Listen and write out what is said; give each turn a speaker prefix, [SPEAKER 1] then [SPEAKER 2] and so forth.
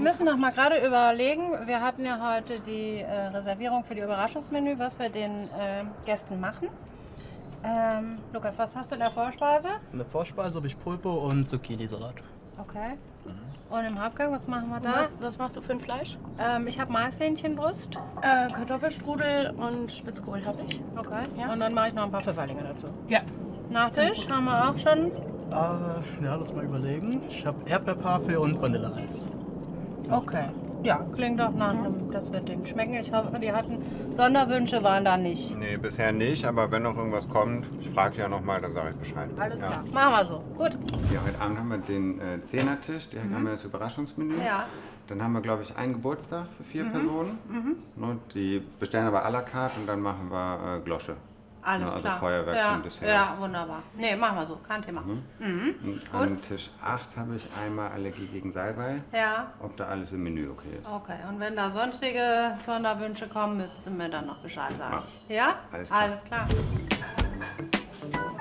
[SPEAKER 1] müssen noch mal gerade überlegen. Wir hatten ja heute die äh, Reservierung für die Überraschungsmenü, was wir den äh, Gästen machen. Ähm, Lukas, was hast du in der Vorspeise?
[SPEAKER 2] In der Vorspeise habe ich Pulpo und Zucchini-Salat.
[SPEAKER 1] Okay. Und im Hauptgang, was machen wir da?
[SPEAKER 3] Was, was machst du für ein Fleisch?
[SPEAKER 1] Ähm, ich habe Maishähnchenbrust.
[SPEAKER 3] Äh, Kartoffelstrudel und Spitzkohl habe ich.
[SPEAKER 1] Okay.
[SPEAKER 3] Ja.
[SPEAKER 1] Und dann mache ich noch ein paar Pfifferlinge dazu.
[SPEAKER 3] Ja.
[SPEAKER 1] Nachtisch haben wir auch schon.
[SPEAKER 2] Äh, ja, lass mal überlegen. Ich habe Erdbeerparfait und Vanilleeis.
[SPEAKER 1] Okay. Ja, klingt doch nach einem, das wird dem schmecken. Ich hoffe, die hatten Sonderwünsche, waren da nicht.
[SPEAKER 4] Nee, bisher nicht, aber wenn noch irgendwas kommt, ich frage ja nochmal, dann sage ich Bescheid.
[SPEAKER 1] Alles
[SPEAKER 4] ja.
[SPEAKER 1] klar. Machen wir so. Gut.
[SPEAKER 4] Ja, heute Abend haben wir den äh, Zehnertisch, da haben wir das Überraschungsmenü.
[SPEAKER 1] Mhm. Ja. Mhm.
[SPEAKER 4] Dann haben wir, glaube ich, einen Geburtstag für vier Personen. Ne, die bestellen aber à la carte und dann machen wir äh, Glosche.
[SPEAKER 1] Alles
[SPEAKER 4] Ne, also
[SPEAKER 1] klar.
[SPEAKER 4] Feuerwerk
[SPEAKER 1] ja,
[SPEAKER 4] zum Dessert.
[SPEAKER 1] Ja, wunderbar. Nee, machen wir so. Kein Thema.
[SPEAKER 4] Mhm. Und an Tisch 8 habe ich einmal Allergie gegen Salbei.
[SPEAKER 1] Ja.
[SPEAKER 4] Ob da alles im Menü okay ist.
[SPEAKER 1] Okay, und wenn da sonstige Sonderwünsche kommen, müssen Sie mir dann noch Bescheid sagen.
[SPEAKER 4] Mach ich.
[SPEAKER 1] Ja?
[SPEAKER 4] Alles klar.
[SPEAKER 1] Alles klar.